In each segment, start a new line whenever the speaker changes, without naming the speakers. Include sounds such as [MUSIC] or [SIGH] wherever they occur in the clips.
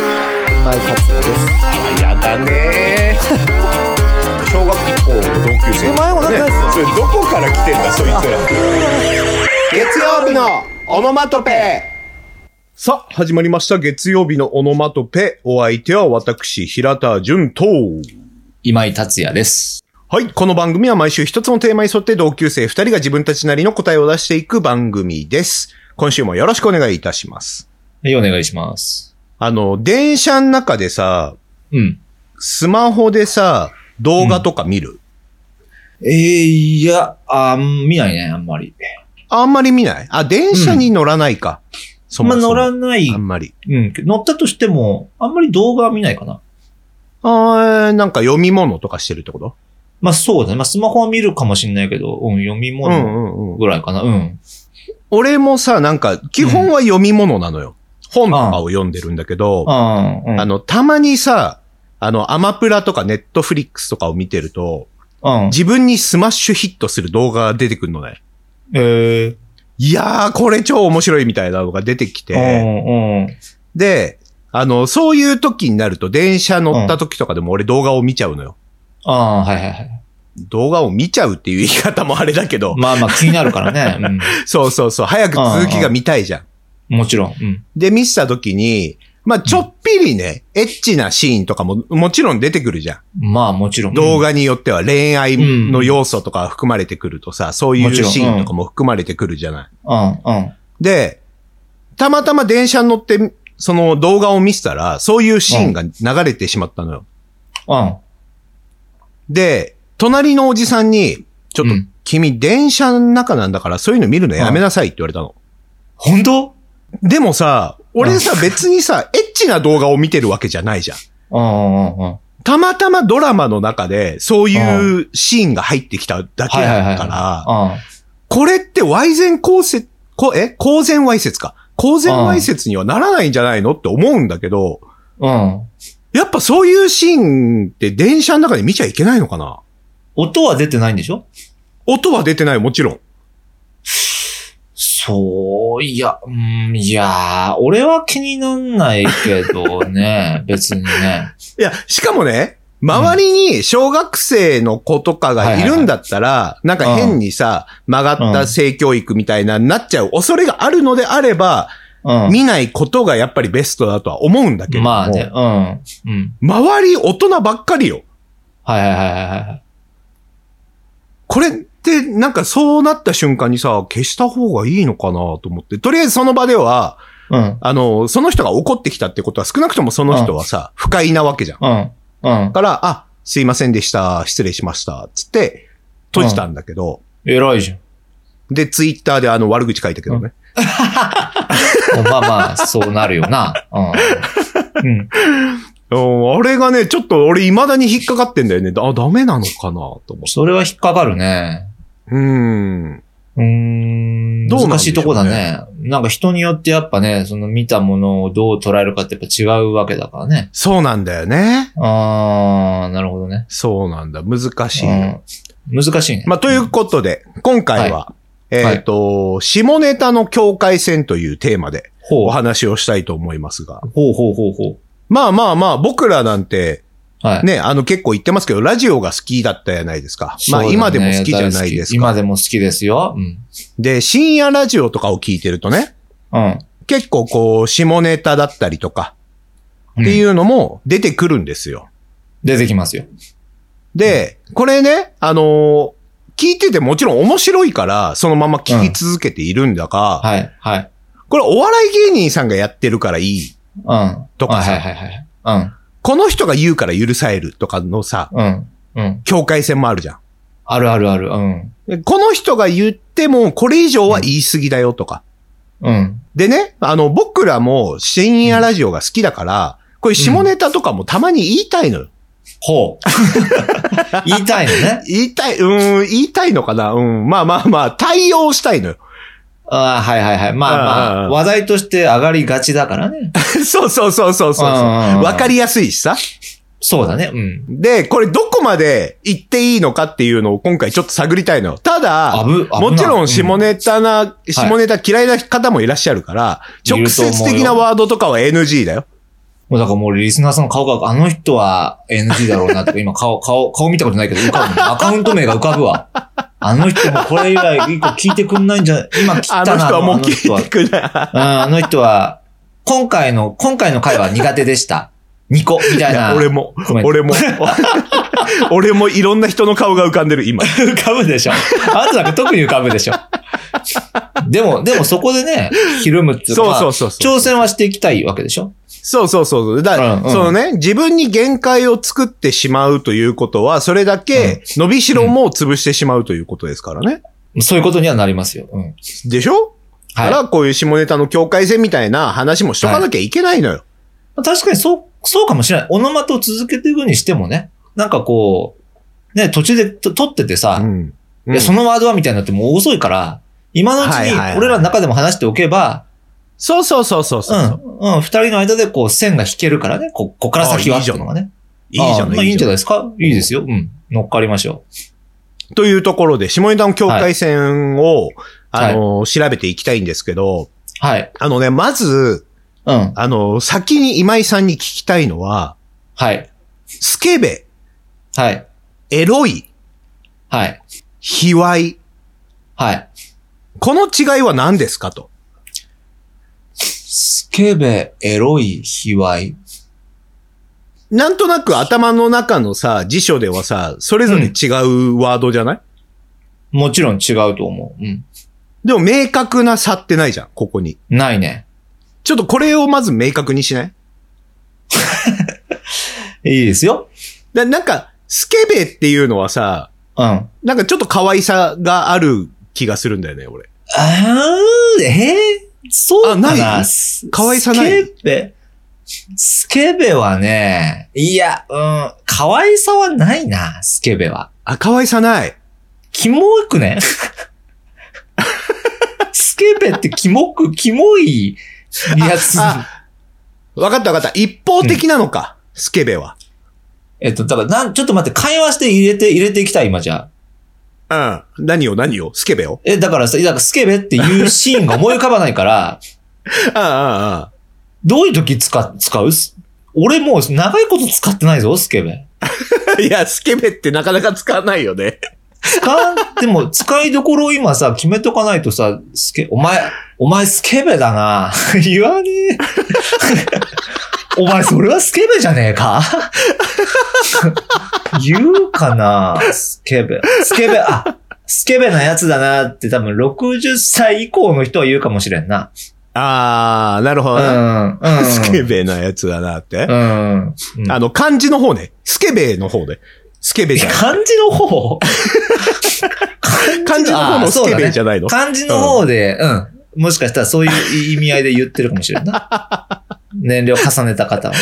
今井達也です
あやだ
[LAUGHS]
ねー小学校の同級生
お前もなんか
ねそれどこから来てんだそいつら
月曜日のオノマトペ
さあ始まりました月曜日のオノマトペお相手は私平田純と
今井達也です。
はい。この番組は毎週一つのテーマに沿って同級生二人が自分たちなりの答えを出していく番組です。今週もよろしくお願いいたします。
はい、お願いします。
あの、電車の中でさ、
うん。
スマホでさ、動画とか見る、
えー、いや、あん、見ないね、あんまり。
あんまり見ないあ、電車に乗らないか。そも
まあ、
そも
乗らない
あ、んまり。
うん。乗ったとしても、あんまり動画は見ないかな。
あーなんか読み物とかしてるってこと
まあ、そうだね。まあ、スマホは見るかもしんないけど、うん、読み
うんう
物
んうん。
ぐらいかな。うん。
俺もさ、なんか、基本は読み物なのよ。本とかを読んでるんだけど、
あーうん。
あの、たまにさ、あの、アマプラとかネットフリックスとかを見てると、
うん。
自分にスマッシュヒットする動画が出てくるのね。
えー、
いやー、これ超面白いみたいなのが出てきて、
うん、うん。
で、あの、そういう時になると、電車乗った時とかでも俺動画を見ちゃうのよ。
ああー、はいはいはい。
動画を見ちゃうっていう言い方もあれだけど、
まあまあ、気になるか
[LAUGHS]
らね。
そうそうそう、早く続きが見たいじゃん。
うん。もちろん。うん。
で、見せた時に、まあ、ちょっぴりね、エッチなシーンとかも、もちろん出てくるじゃん。
まあ、もちろん。
動画によっては恋愛の要素とか含まれてくるとさ、そういう
もちろん
シーンとかも含まれてくるじゃない。
うん。うん、うん。
で、たまたま電車に乗って、その動画を見せたら、そういうシーンが流れてしまったのよ。
うん。
で、隣のおじさんに、ちょっと、
うん
君電車の中なんだから、そういうの見るのやめなさいって言われたの。
本当
でもさ、俺さ、別にさ、エッチな動画を見てるわけじゃないじゃん。
うん、うん、うん。
たまたまドラマの中で、そういうシーンが入ってきただけ
はいはいは
だ
い。
から、
うん。
これって猥然公説、こえ公然猥説か。公然猥説にはならないんじゃないのって思うんだけど、
うん。
やっぱそういうシーンって電車の中で見ちゃいけないのかな
音は出てないんでしょ
音は出てない、もちろん。
そう、いや、うん、いやー、俺は気になんないけど
[LAUGHS]
ね、別にね。
いや、しかもね、周りに小学生の子とかがいるんだったら、なんか変にさ、曲がった性教育みたいな、なっちゃう恐れがあるのであれば、
う
見ないことがやっぱりベストだとは思うんだけれ
ん。
ども。
まあね、うん。うん。
周り大人ばっかりよ。
はいはいはいはいはい。
これって、なんかそうなった瞬間にさ、消した方がいいのかなと思って。とりあえずその場では、
うん、
あの、その人が怒ってきたってことは少なくともその人はさ、不快なわけじゃん。
うん、うん
だ。から、あ、すいませんでした、失礼しました、つって、閉じたんだけど、
偉いじ
[LAUGHS]
ゃん。
で、ツイッターであの悪口書いたけどね。
まあまあ、そうなるよな。うん。
[LAUGHS]
うん。
うんあれがね、ちょっと俺未だに引っかかってんだよね。あ、ダメなのかなと思って。
それは引っかかるね。
うん。
うーん。
どうなんで
難
しょ
し
うね
いとこだね。なんか人によってやっぱね、その見たものをどう捉えるかってやっぱ違うわけだからね。
そうなんだよね。
あー、なるほどね。
そうなんだ。難しいよ。
うん難しいね。
まあ、ということで、今回は、えっ、と、下ネタの境界線というテーマで
ほ
お
う、ほ
話をしたいと思いますが。
うほうほうほ
まあまあまあ、僕らなんて、
う。はい。
ね、あの結構言ってますけど、ラジオが好きだったじゃないですか。まあ
そうだね
今でも好きじゃないです
大好き今
か。
でも好きですよ。うん。
で、深夜ラジオとかを聞いてるとね、
うん。。
結構こう、下ネタだったりとか、っていううのも出てくるんですよ。
出てきますよ。
で、これね、あのー聞いててもちろん面白いから、そのまま聞き続けているんだが、
はい。はい。
これお笑い芸人さんがやってるからいい
うん。
とかさ
はいはいはいはい。
この人が言うから許されるとかのさ、
うん。うん。うん。
境界線もあるじゃん
あるあるある。うん。
で。この人が言っても、これ以上は言い過ぎだよとか。
うん。
でね、あの、僕らも深夜ラジオが好きだから、こういう下ネタとかもたまに言いたいのよ。
ほ
[LAUGHS]
う。言いたいのね。
言いたい、うーん、言いたいのかなうん、まあまあまあ、対応したいのよ。 [LAUGHS]
ああ、はいはいはい。まあま
う
あ、
ん
話題として上がりがちだからね。
そうそうそうそうそう。
うん
わかりやすいしさ。
そうだね。うん。
で、これどこまで言っていいのかっていうのを今回ちょっと探りたいのよ。ただ、
あぶ、危ない
もちろん下ネタな、
い
下ネタ嫌いな方もいらっしゃるから、
いると思う
直
よ
接的なワードとかは NG だよ。
もうだからもうリスナーさんの顔が、あの人は NG だろうなとか、今顔、顔、顔見たことないけど浮かぶ。アカウント名が浮かぶわ。あの人もこれ以来以降聞いてくんないんじゃ、今切った
あ
な。
の人はもう聞
あの人はい
てくれない。
うん、あの人は、今回の、今回の回は苦手でした。ニコ、み [LAUGHS] たい
いや
な。
俺も
ごめ、ん
俺
[LAUGHS]
も、俺もいろんな人の顔が浮かんでる、今。
浮かぶでしょ。あなたなんか特に浮かぶでしょ。でも、でもそこでね、ひるむっていうか、
そうそううそうそう。
挑戦はしていきたいわけでしょ。
そうそうそう。だから、
うんうん
そのね、自分に限界を作ってしまうということは、それだけ伸びしろも潰してしまうということですからね。
そういうことにはなりますよ。うん。
でしょだか
は
ら、こういう下ネタの境界線みたいな話もしとかなきゃいけないのよ。
い。確かにそう、そうかもしれない。オノマトを続けていくにしてもね、なんかこう、ね、途中でと撮っててさ、
うん。
いやそのワードはみたいになってもう遅いから、今のうち
はい
に
はいはい
俺らの中でも話しておけば、
そうそうそうそうそう。
うん、うん、二人の間でこう線が引けるからね、こ、こっから先はっていうのがね。
いいじゃ
あま
な
あ
い
いいんじゃな
い
いですかいいですよ。うん。乗っかりましょ
というところで、下ネタの境界線を、あの、調べていきたいんですけど、
う。はい。
あのね、まず、
うん。
あの、先に今井さんに聞きたいのは、
はい。
スケベ、
はい。
エロい、
はい。
卑猥。
はい。
この違いは何ですかと。
スケベ、エロい、卑猥。
なんとなく頭の中のさ、辞書ではさ、それぞれ違うワードじゃない、
もちろん違うと思う。うん。
でも明確な差ってないじゃん、ここに。
ないね。
ちょっとこれをまず明確にしない
いいですよ。
だなんか、スケベっていうのはさ、
うん。あ
なんかちょっと可愛さがある気がするんだよね、俺。
あー、えー、そうかな
あない
ス
可愛さない
スケベ。スケベはね、いや、うん、可愛さはないな、スケベは。
あ、可愛さない。
キモ
[LAUGHS]
くねスケベってキモく、キモいやつ。
あわかったわかった。一方的なのか、スケベは。
えっと、だから、なん、ちょっと待って、会話して入れて、入れていきたい、今じゃあ。
うん。何を何をスケベを
え、だからさ、だからスケベっていうシーンが思い浮かばないから、
ああ、ああ。
どういう時使う、使うす俺もう長いこと使ってないぞ、スケベ。
[LAUGHS] いや、スケベってなかなか使わないよね。
使う、でも使いどころを今さ、決めとかないとさ、スケ、お前、お前スケベだな。 [LAUGHS] 言わねえ。 [LAUGHS] お前それはスケベじゃねえか [LAUGHS] 言うかなスケベ。スケベ、あ、スケベなやつだなって多分60歳以降の人は言うかもしれんな。
あー、なるほ
う
どね、
ん。 [LAUGHS] うん。
スケベなやつだなって。
うん。
あの、漢字の方ね。スケベの方で。スケベじゃない。
漢字の
[LAUGHS]
方
漢字の方のスケベじゃないの。
漢字の方で、うん。もしかしたらそういう意味合いで言ってるかもしれんない。 [LAUGHS] 年齢を重ねた方は。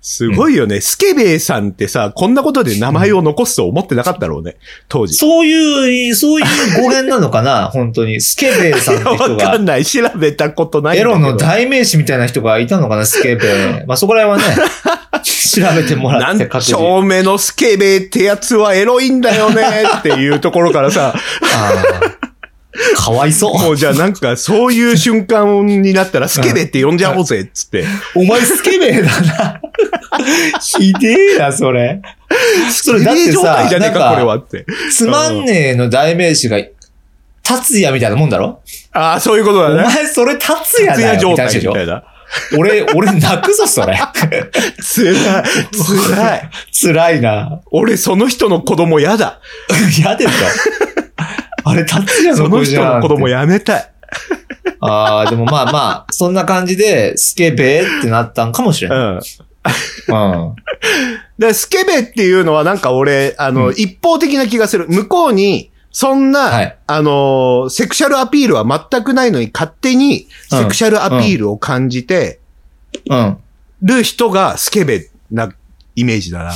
すごいよね。スケベさんってさ、こんなことで名前を残すと思ってなかったろうね。当時。
そういう、そういう語源なのかな本当に。スケベさんっ
い
て
やわ
人
かん
が。
ない。調べたことないん
エ
だけど。
ロの代名詞みたいな人がいたのかなスケ [LAUGHS] ベ。まあそこら辺はね、調べてもら
な
って
ん
確実
正目のスケベってやつはエロいんだよねっていうところから
[LAUGHS]
さ、
あーかわいそう。
もうじゃあなんかそういう瞬間になったらスケベって呼んじゃおうぜっつって。
お前スケベ [LAUGHS] だな。ひでえな、それ。それだって
いい状
さ
態じゃねえ
なん
か、
か
これはって。
つまんねえの代名詞が、達也みたいなもんだろ
ああ、そういうこと
お
だね。
前それ達也
ツ
だ
ヤ
よ
状
みたいな
態
でし
み
ょ
たいな。
俺、俺泣くぞ、それ。
つらい、つらい。
[LAUGHS] 辛いな。
俺、その人の子供やだ。
嫌でしょ。あれ、達也
そ
の
の
子じ
人
ゃ
の
ん。
子供やめたい。
ああ、でもまあまあ、そんな感じで、スケベってなったんかもしれ
う
ない。
ん。
うん。
で、スケベっていうのはなんか俺、あの、
うん
一方的な気がする。向こうに、そんな、
はい
あのー、セクシャルアピールは全くないのに、勝手に
うん
セクシャルアピールを感じて
うん。
る人がスケベなイメージだな。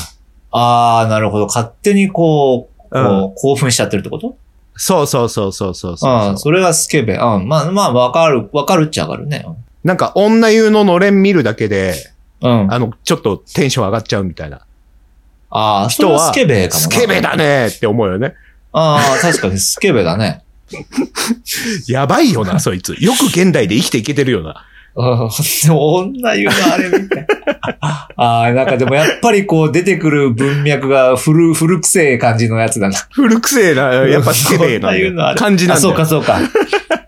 ああ、なるほど。勝手にこう、こ
う
う興奮しちゃってるってこと、
そうそうそうそうそうそううん
それはスケベ。うん、まあまあ、わかる、わかるっちゃわかるね。
なんか、女湯ののれん見るだけで、
うん。あ
あの、ちょっとテンション上がっちゃうみたいな。
あー、
人
人は
は、
スケベかもな。
スケベだねって思うよね。
ああ、確かにスケベだね。
やばいよな、そいつ。よく現代で生きていけてるよな。
うんでも女湯のあれみたい。 [LAUGHS] ああ、なんかでもやっぱりこう出てくる文脈が古、古くせえ感じのやつだな。
古くせえな、やっぱ丁寧
女湯のあ
な
れ
感じなん
あ
だ
そう
よ
か。そうか。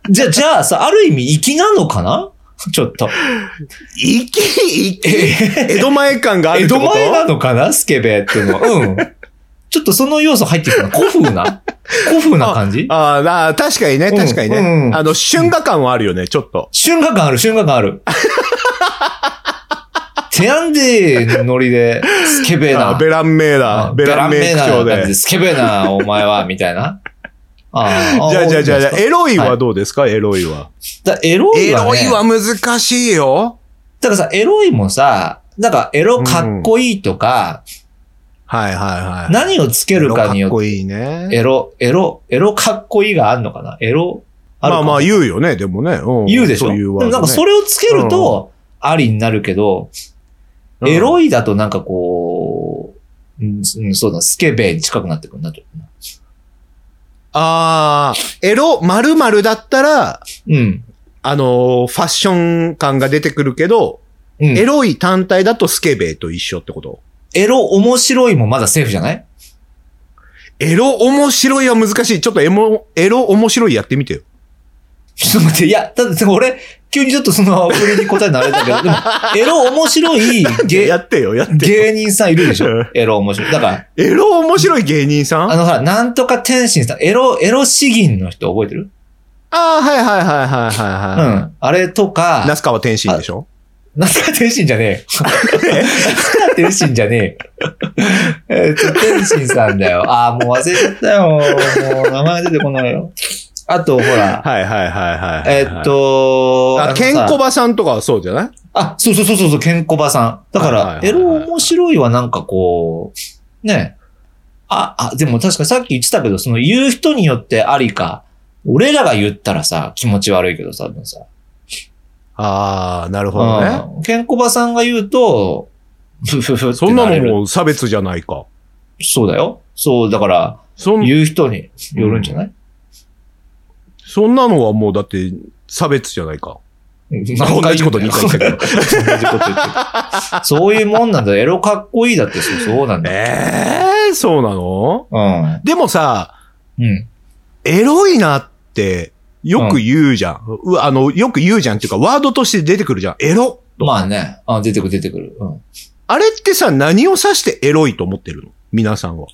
じゃあ、じ [LAUGHS] ゃあさ、ある意味粋なのかなちょっと。
生き、生き、
[LAUGHS]
江戸前感があるっ
江
てこ
戸
と
前なのかなスケベっていうのは。うん。ちょっとその要素入ってくるな。古風な古風な感じ
ああなあ、確かにね、
うん
確かにね。
うん
あの、春画感はあるよね、ちょっと。
瞬間感ある、瞬間感
[LAUGHS]
ある。てやんでーのノリで、スケベ
あ
な
ー。ベランメー
あ
ダー、ベランメー口調
ベランメーな感じ
で。
スケベな、お前は、みた
[LAUGHS]
いな。ああ。
じゃあじゃあじゃあじゃあ、エロい
は
はいどうですか、エロいは。
だエロい
エ
は、
ロ
ね。
いは難しいよ。
だからさ、エロいもさ、なんか、エロかっこいいとか、
はいはいはい。
何をつけるかに
エロかっ
よっ
こいいね。
て、エロ、エロ、エロかっこいいがあるのかなエロ、る
ま
か
あ
な
まあ言うよね、でもね。ん
言うでしょ
そういうワード
でも
ね
なんかそれをつけると、ありになるけど、
うん
エロいだとなんかこう、うん、うんそうだ、スケベに近くなってくるなと。
ああ、エロ〇〇だったら、
うん。
あのーファッション感が出てくるけど、
うん、
エ
エロ、
ロい単体だとスケベと一緒ってこと
面白いもまだセーフじゃない
エロ面白いは難しい。ちょっとエモ、エロ面白いやってみてよ。
ちょっと待って、いや、だって俺、急にちょっとその振りに答えになれたけど、でも、エロ面白い
や
芸、
ってよ、やってよ。
芸人さんいるでしょエロ面白い。だから、
エロ面白い芸人さん
あ
あ
のさ、なんとか天心さん、エロ、エロ詩吟の人覚えてる
あー、はいはいはいはいは
う
いはい。
ん。あれとか、
那須川天心でしょ
なすか天心じゃねえよ。なすか天心じゃねえよ。えっと、天心さんだよ。ああ、もう忘れちゃったよ。もう名前出てこないよ。あと、ほら、
はいはいはいはいはい。
えっ、と、
あ、
のさ
ケンコバさんとかはそうじゃない
あ、そうそうそうそうそう、ケンコバさん。だか
はい
ら、
はい
エ
はい
ロ
はい
面白いはなんかこう、ねえ。あ、あ、でも確かさっき言ってたけど、その言う人によってありか、俺らが言ったらさ、気持ち悪いけどさ、多分さ。
ああ、なるほどね。
うん。ケンコバさんが言うと、ふふふって
そんな
れ
の
る
もう差別じゃないか。
そうだよ。そう、だから、
そん
言う人によるんじゃない、
そんなのはもうだって差別じゃないか。
何回言
同じこ
うんだよ
と二回言ってる
[LAUGHS] 同じこと言ってるそういうもんなんだ。エロかっこいいだってそうそうなんだ。
ええそうなの
うん。
でもさ、
うん。
エロいなってよく言うじゃん。うあの、よく言うじゃんっていうか、ワードとして出てくるじゃん。エロ。
まあね。あ出てくる出てくる。うん、
あれってさ、何を指してエロいと思ってるの皆さんは。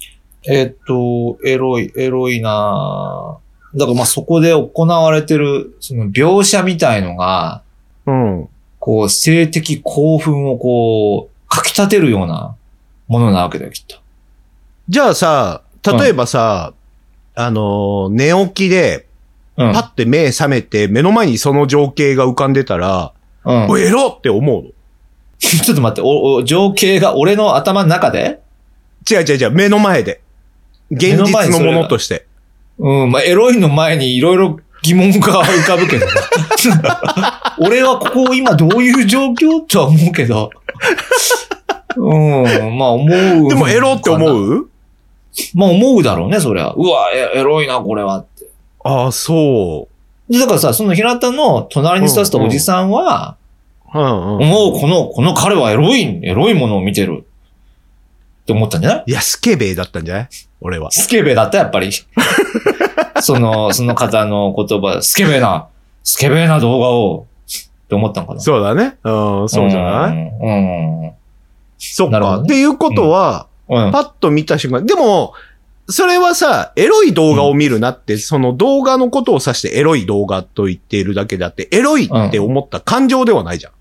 えっと、エロい、エロいなぁだからまあそこで行われてる、その描写みたいのが、
うん。
こう、性的興奮をこう、かき立てるようなものなわけだよ、きっと。
じゃあさ、例えばさ、あの、寝起きで、
うん。
パッて目覚めて、目の前にその情景が浮かんでたら、
うん
おエロって思うの
[LAUGHS] ちょっと待って、お、お、情景が俺の頭の中で
違う違う違う、目の前で。現
目の
実
前に
の
それ
も
が
のとして。
うん、まあ、エロいの前にいろいろ疑問が浮かぶけど。
[LAUGHS]
[LAUGHS] 俺はここ今どういう状況とは思うけど。うん、まあ思う。
でもエロって
う
思う
まあ思うだろうね、そりゃ。うわ、エエロいな、これはって。
ああ、そう。
でだからさ、その平田の隣に座ってたおじさんは、
うんうん。
思う、この、この彼はエロい、エロいものを見てる。って思ったんじゃない
いや、スケベだったんじゃない俺は。
スケベだった、やっ
[LAUGHS]
ぱり。その、その方の言葉、スケベな、スケベな動画を、って思ったのかな。
そうだね。うん、そうじゃない
いうん。うん
そっ
なるほ
か。
ど
っ
ね
ていうことは、
うん。
パッと見た瞬間、でも、それはさ、エロい動画を見るなって、その動画のことを指してエロい動画と言っているだけであって、エロいって思った感情ではないじゃん。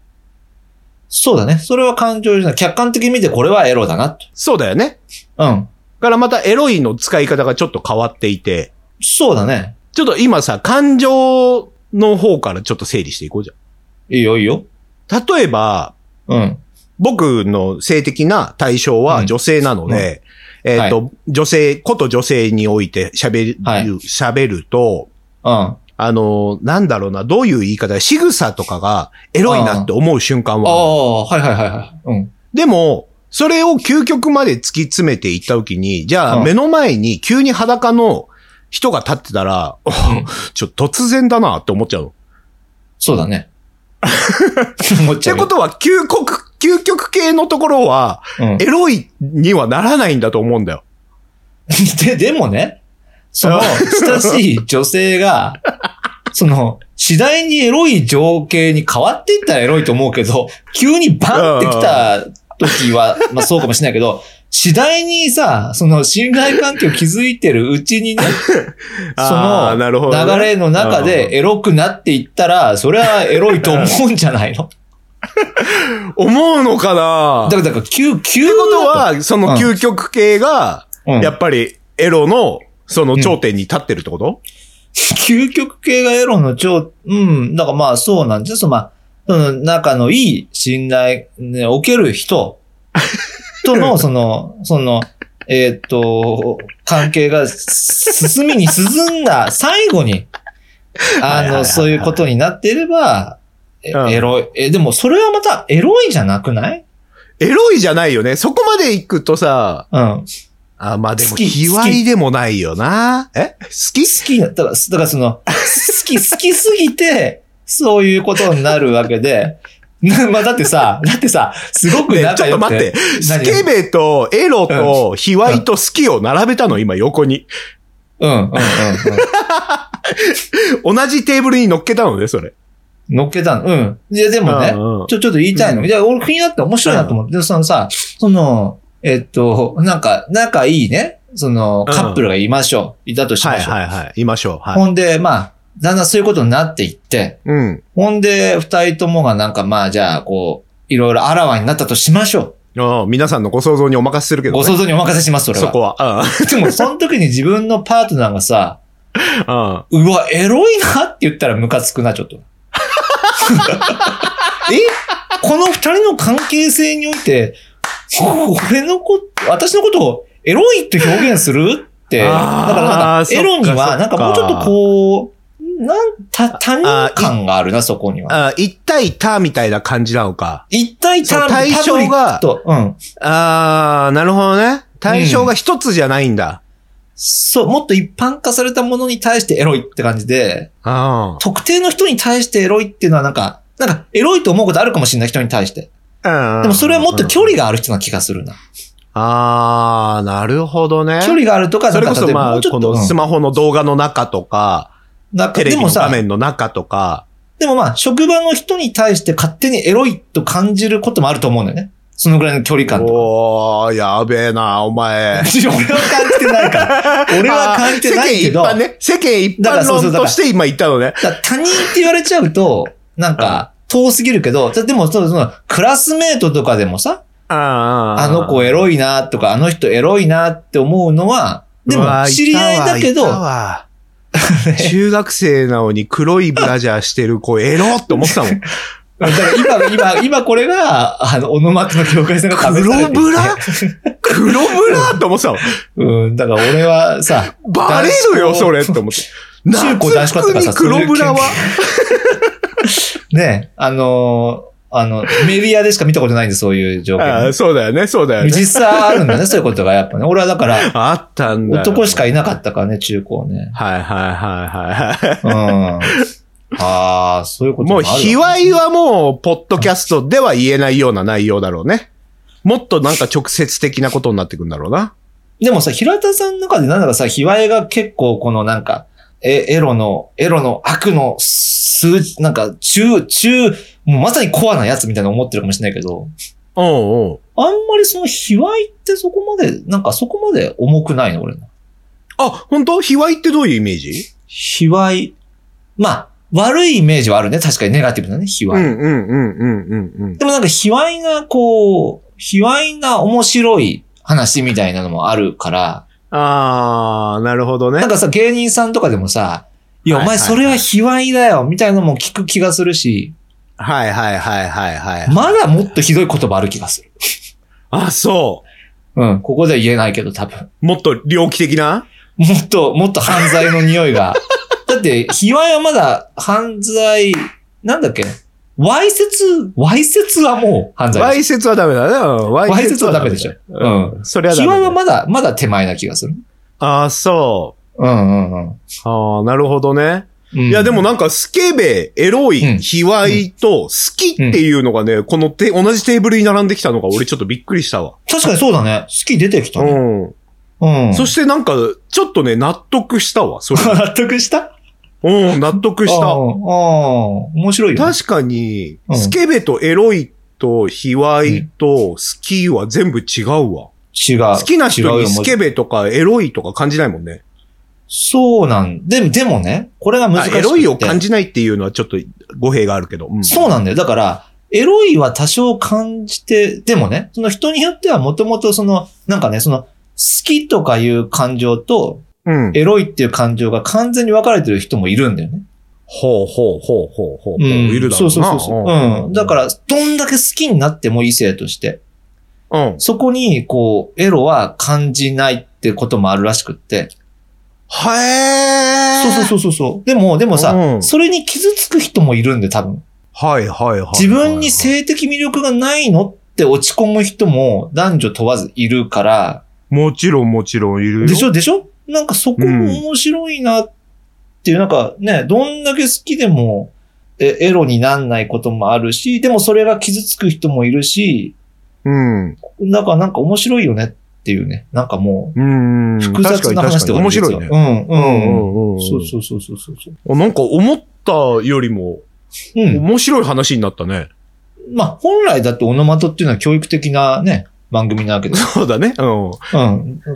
そうだね。それは感情じゃない。客観的に見てこれはエロだな、と。
そうだよね。
うん。
だからまたエロいの使い方がちょっと変わっていて、
そうだね。
ちょっと今さ、感情の方からちょっと整理していこうじ
いいよ、いいよ。
ゃん。例えば、
うん。
僕の性的な対象
うん
は女性なので、えっと、女性、こと女性において喋る、
はい
喋ると、
うん。
あの、なんだろうな、どういう言い方で、仕草とかがエロいなって思う瞬間
あ
はある、
あ、はいはいはいはい。うん。
でも、それを究極まで突き詰めていったときに、じゃ
う
あ
ん
目の前に急に裸の人が立ってたら、ちょっと突然だなって思っちゃうの。 [LAUGHS]
そうだね。思っち
て
ゃうよ。
ことは、究極、究極系のところは、
うん
エロいにはならないんだと思うんだよ。
で、でもね、その、親しい女性が、その、次第にエロい情景に変わっていったらエロいと思うけど、急にバンってきた時
[LAUGHS]
は、まあそうかもしれないけど、次第にさ、その信頼関係を築いてるうちにね、そ
あー
の
なるほどね
流れの中でエロくなっていったら、それはエロいと思うんじゃないの
思うのかな
だから、だから、急、急
ってこ
こととは、
は、その究極系が、
うん
やっぱりエロの、その頂点に立ってるってこと、
究極系がエロの超、うん、だからまあそうなんです。まあ、その仲のいい信頼、ね、おける
[LAUGHS]
人との、その、その、えーっと、関係が進みに進んだ最
[LAUGHS]
後に、あ
はいはいはいは
の、
い
そういうことになっていれば、え
うん
エロい。え、でもそれはまたエロいじゃなくない
エロいじゃないよね。そこまで行くとさ、
うん。
あ、まあでも、
好き
卑猥でもないよな。え好き
好きな、だから、だからその、好き、好きすぎて、そういうことになるわけで、 [LAUGHS] なまあだってさ、だってさ、すごく
ねち
仲
ょっと
良く
待って
て。。
スケベとエロと卑猥と好きを並べたの、今横に。
うん、うん、うん。
同じテーブルに乗っけたのね、それ。
うん乗っけたの。うん。いや、でもね、
うんうん
ちょ、ちょっと言いたいの。いや、俺気になって面白いなと思って、でそのさ、その、えっと、なんか、仲いいね、その、
うん
カップルがいましょう。いたとし
は
ま
い
しょう。
はいはい。いましょう。はい。
ほんで、まあ、だんだんそういうことになっていって、
うん。
ほんで、二人ともがなんかまあじゃあ、こう、いろいろあらわになったとしましょ
ああ皆さんのご想像にお任せする
う。
けど、
ご
ね、
想像にお任せします、それは。
そこは。
[LAUGHS] でも、その時に自分のパートナーがさ、
うん。うん。
うわ、エロいなって言ったらムカつくな、ちょっ
[LAUGHS]
と。えこの二人の関係性において、俺のこと、私のことをエロいって表現するって、だか
あー
らなんか、エロに
そっかそっか
は、なんかもうちょっとこう、なん、た、他人感があるな、そこには。
あ一対他みたいな感じなのか。
一体
そう
た
対象が
と、うん。
ああ、なるほどね。対象が一つじゃないんだ。
そう、もっと一般化されたものに対してエロいって感じで、
あ
特定の人に対してエロいっていうのはなんか、なんか、エロいと思うことあるかもしれない人に対して。
あ。うん
でもそれはもっと距離がある人な気がするな。
ああ、なるほどね。
距離があるとか、
それ
なん
こそ
か例えば
ま
も
あ、
うちょ
こ
っと
の
うん
スマホの動画の中とか、
なんか
テレ
で
ビの
も
画
さ、
面の中とか。
でもまあ、職場の人に対して勝手にエロいと感じることもあると思うんだよね。そのぐらいの距離感とか。
おー、やべえな、お前。
[LAUGHS] 俺は感じてな
[LAUGHS]
いから。俺は感じてないけど。
あー世間一般ね。世間一
だから
般
そうそう
論
だから
として今言ったのね。
だから他人って言われちゃうと、なんか、遠すぎるけど、でもそう、その、クラスメートとかでもさ、
あ
あの子エ
ロ
ロいなとか、あの人エロいなって思うのは、でも、知り合いだけど、
[LAUGHS] 中学生なのに黒いブラジャーしてる子エロって思ってたもん。
だから今、今、今これが、あの、オノマトの境界線が試され
[LAUGHS] 黒
て
ブラ黒ブラって思ってたもん。
うん、だから俺はさ、
バレるよ、それって思って。
中高男子校とかさ
夏服に黒ブラは、
ね、あのーあの、メディアでしか見たことないんで、そういう状
あー
況。
そうだよね、そうだよね。
実際あるんだね、そういうことがやっぱね。俺はだから、
あったんだよ。
男しかいなかったからね、中高ね。
はいはいはいはい。
うん。ああー、そういうこと
もう、
あるわ
卑猥はもう、ポッドキャストでは言えないような内容だろうね。もっとなんか直接的なことになってくんだろうな。
でもさ、平田さんの中でなんだかさ、卑猥が結構このなんか、え、エロの、エロの悪の数字、なんか中、中、もうまさにコアなやつみたいなの思ってるかもしれないけど、
おうおう
あんまりその卑猥ってそこまで、なんかそこまで重くないの、俺の。
あ、本当卑猥ってどういうイメージ
卑猥。まあ、悪いイメージはあるね。確かにネガティブなね、卑猥。
うんうんうんうんうん。
でもなんか卑猥な、こう、卑猥な面白い話みたいなのもあるから、
あー、なるほどね
なん。かさ、芸人さんとかでもさ、いや、お
はいはい
前
はい
それは卑猥だよ、みたいなのも聞く気がするし、
はいはいはいはいはい。
まだもっとひどい言葉ある気がする。
あ、そ
うん、ここでは言えないけど、多分。
う。もっと猟奇的な
もっと、もっと犯罪の匂いが。 [LAUGHS] だって、卑猥はまだ犯罪、なんだっけわいせつ、わいせつはもう犯罪
わ
でし
いせつはダメだねうん。
ょ。
わ
わいせつはダメでしょ。うん。
それはダ
卑
メだ
猥
ね。
はまだ、まだ手前な気がする。
あー、そう。
うんうんうん。
あー、なるほどね。
い
いや、でも、なんか、スケベ、エロ
うん
い、卑猥と、好きっていうのがね、このて、同じテーブルに並んできたのが、俺ちょっとびっくりしたわ。
確かにそうだね。好き出てきたね。
うん。
うん。
そしてなんか、ちょっとね、納得したわ、
[LAUGHS]
それ。
納得した
うん、納得し
ああ、
た。
面白いよね。
確かに
う、ん
スケベとエロいと、卑猥と、好きは全部違うわ。
違う。
好きな人
違う
に
よ
スケベとかエロいとか感じないもんね。
そうなん。でも、でもね、これが難しい。
エロいを感じないっていうのはちょっと語弊があるけど。うん
そうなんだよ。だから、エロいは多少感じて、でもね、その人によってはもともとその、なんかね、その、好きとかいう感情と、
うん。
エロいっていう感情が完全に分かれてる人もいるんだよね。
ほうほうほうほうほう。
うん。
いるだろ
そう
な。
そうそうそう。うん。だから、どんだけ好きになっても異性として、
ら、うん。
そこに、こう、エロは感じないってこともあるらしくって。
はえー。
そうそうそうそうそう。でも、でもさ、
うん
それに傷つく人もいるんで、多分。
はいはいはい。
自分に性的魅力がないのって落ち込む人も男女問わずいるから、
もちろんもちろんいるよ。
でしょでしょなんかそこも面白いなっていう、なんかね、どんだけ好きでもえエロになんないこともあるし、でもそれが傷つく人もいるし、
うん。う
なんかなんか面白いよねっていうね、なんかも
ん。
う複雑な話で
確かに確かに面白いね。
ね。う、
うん
うん、うん。
んうんうん。
そうそうそうそうそう。
う。なんか思ったよりも
うん。
面白い話になったね。
まあ、本来だってオノマトっていうのは教育的なね、番組なわけです。
そうだね。うん。
うん。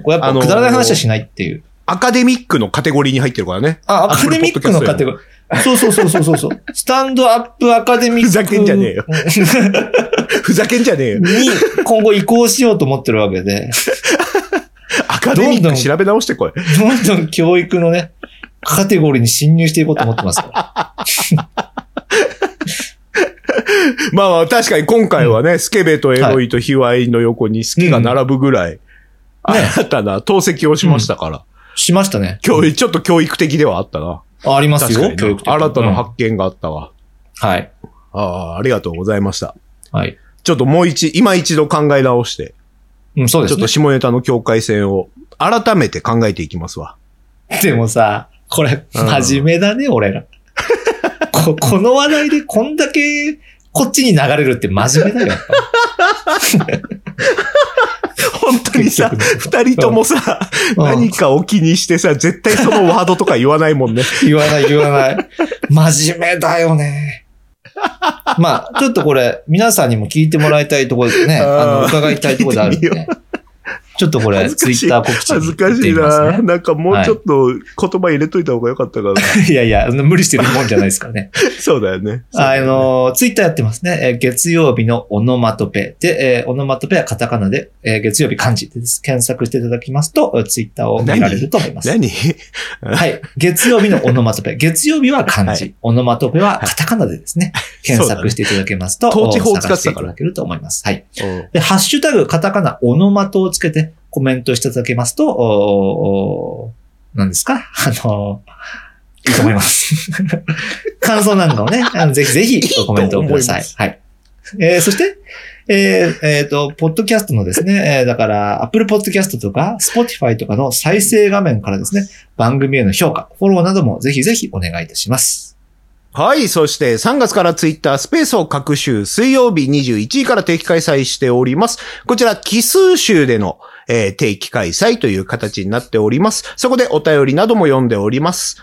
これやっ
あ
ぱ
のー
くだらない話はしないっていう。
アカデミックのカテゴリーに入ってるからね。 [LAUGHS]
あ、アカデミックのカテゴリー。そうそうそうそうそうそう。スタンドアップアカデミック。
ふざけんじゃねえよ。ふざけんじゃねえよ。
に、今後移行しようと思ってるわけで、
アカデミック調べ直してこい。
どんどん教育のね、カテゴリーに侵入していこうと思ってますから。
まあまあ確かに今回はね、スケベとエロいと卑猥の横に好きが並ぶぐらい、
うんね
新たな透析をしましたから、
しましたね。
教育、ちょっと教育的ではあったな。
ああります
確か
よ、
に
教
ね、
育的
新たな
うん
発見があったわ。
はい。
ああ、ありがとうございました。
はい。
ちょっともう一、今一度考え直して、
うん、そうで
ちょ
す
っと
ね。
下ネタの境界線を改めて考えていきますわ。
でもさ、これ、
うん
真面目だね、
[LAUGHS]
俺ら。こ、この話題でこんだけ、こっちに流れるって真面目だよ。やっぱ
[LAUGHS] 本当にさ、
結
二人ともさ、
うん
何かを気にしてさ、絶対そのワードとか言わないも [LAUGHS] んね。
言わない言わない。真面目だよね。まあ、ちょっとこれ、皆さんにも聞いてもらいたいところですね。あ
あー
の、伺いたいところであるんでね。ちょっとこれ、
恥ず
ツ
か
イ
しい
ッター告知
恥ずか
行っ
してい
みます
な。
ね。
なんかもうちょっと言葉入れといた方がよかったかな。
いやいや、あの無理してるもんじゃないですからね。
[LAUGHS] そうだよね。
あの、ツイッターやってますね。えー月曜日のオノマトペで、えーオノマトペはカタカナで、えー月曜日漢字でです検索していただきますと、ツイッターを見られると思います。
何
はい。月曜日のオノマトペ。月曜日は漢字。オノマトペはカタカナでですね。検索していただけますと、
そうだね統治法を
お探して
使ってた
い
か
た
ら
だけると思います。はい。
[LAUGHS]
で、ハッシュタグ、カタカナ、オノマトをつけてコメントしていただけますと、おー何ですか [LAUGHS] あのーいいと思います。 [LAUGHS] 感想なんかをね、あのぜひぜひ
と
コメントをください。
思います
はい。えーそして、えーえーと、ポッドキャストのですね、えーだから、Apple Podcast とか Spotify とかの再生画面からですね、番組への評価、フォローなどもぜひぜひお願いいたします。
はい。そして、3月からツイッタースペースを各週、水曜日21時から定期開催しております。こちら、奇数週での、えー定期開催という形になっております。そこでお便りなども読んでおります。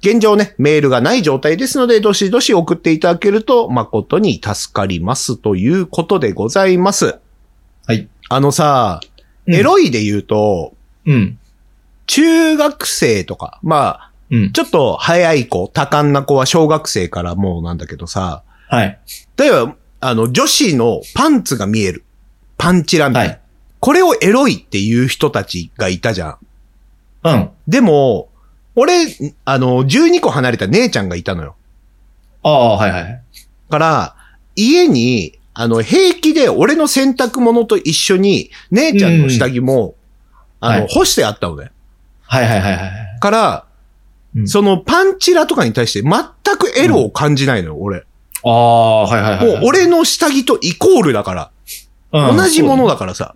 現状ね、メールがない状態ですので、どしどし送っていただけると、誠に助かります。ということでございます。
はい。
あのさ、
うん
エロいで言うと、
うん。
中学生とか、まあ、
うん。
ちょっと早い子、多感な子は小学生からもうなんだけどさ、
はい。
例えば、あの、女子のパンツが見える。パンチラみた
はい
な。
い。
これをエロいっていう人たちがいたじゃん。
うん。
でも、俺、あの、12個離れた姉ちゃんがいたのよ。
ああ、はいはい。
から、家に、あの、平気で俺の洗濯物と一緒に、姉ちゃんの下着も、
ん
あの、
はい
干してあったのね。
はいはいはいはい。
から、
うん
そのパンチラとかに対して全くエロを感じないのよ、俺。
ああ、はいはいはい。
もう俺の下着とイコールだから。
うん、
同じものだからさ、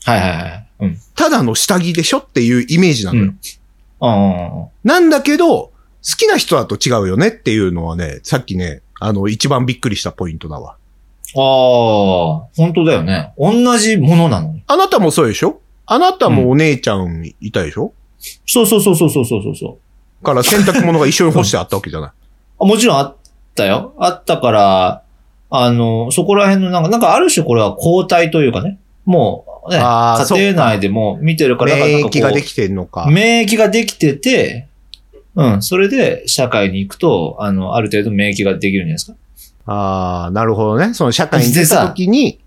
そうだね。はいはいはい。うん。
ただの下着でしょっていうイメージなのよ。
うんうんうんうん。
なんだけど、好きな人だと違うよねっていうのはね、さっきね、あの、一番びっくりしたポイントだわ。
ああ、本当だよね。同じものなのに。
あなたもそうでしょあなたもお姉ちゃんいたでしょ、
そうそうそうそうそうそうそう。
から洗濯物が一緒に干してあったわけじゃない。
あもちろんあったよ。あったから、あの、そこら辺のなんか、なんかある種これは交代というかね。もう、ね、
あー
家庭内でも見てるから、だからな
免
ん [LAUGHS] かこ
疫
う
ができてんのか。
免疫ができてて、うん、それで社会に行くと、あの、ある程度免疫ができるんじゃないですか。
ああ、なるほどね。その社会に出た時に、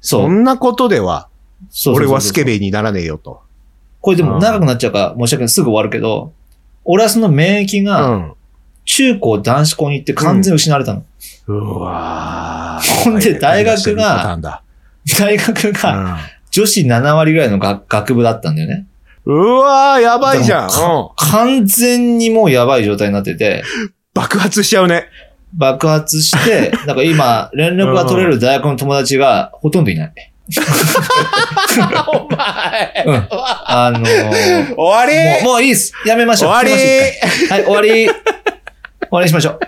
そ
そ
うん
なことでは、
そうそうそうそう。
俺はスケベにならねえよと。
これで
う
も
ん
長くなっちゃうから、申し訳ない。すぐ終わるけど、俺はその免疫
う
が、
ん。
中高男子校に行って完全に失われたの。
うわ
ほんで大学が
たんだ
大学が、女子7割ぐらいの学学部だったんだよね。
うんうわーやばいじゃん。う
で
ん
完全にもうやばい状態になってて、
爆発しちゃうね。
爆
[LAUGHS]
発して、なんか今、連絡が取れる大学の友達がほとんどいない。
お前
うん。あの
終
ー
わり
もう、もういいっす。やめましょ
終
う。
わり [LAUGHS]
やめましょう一回はい、終わり。終わりにしましょう。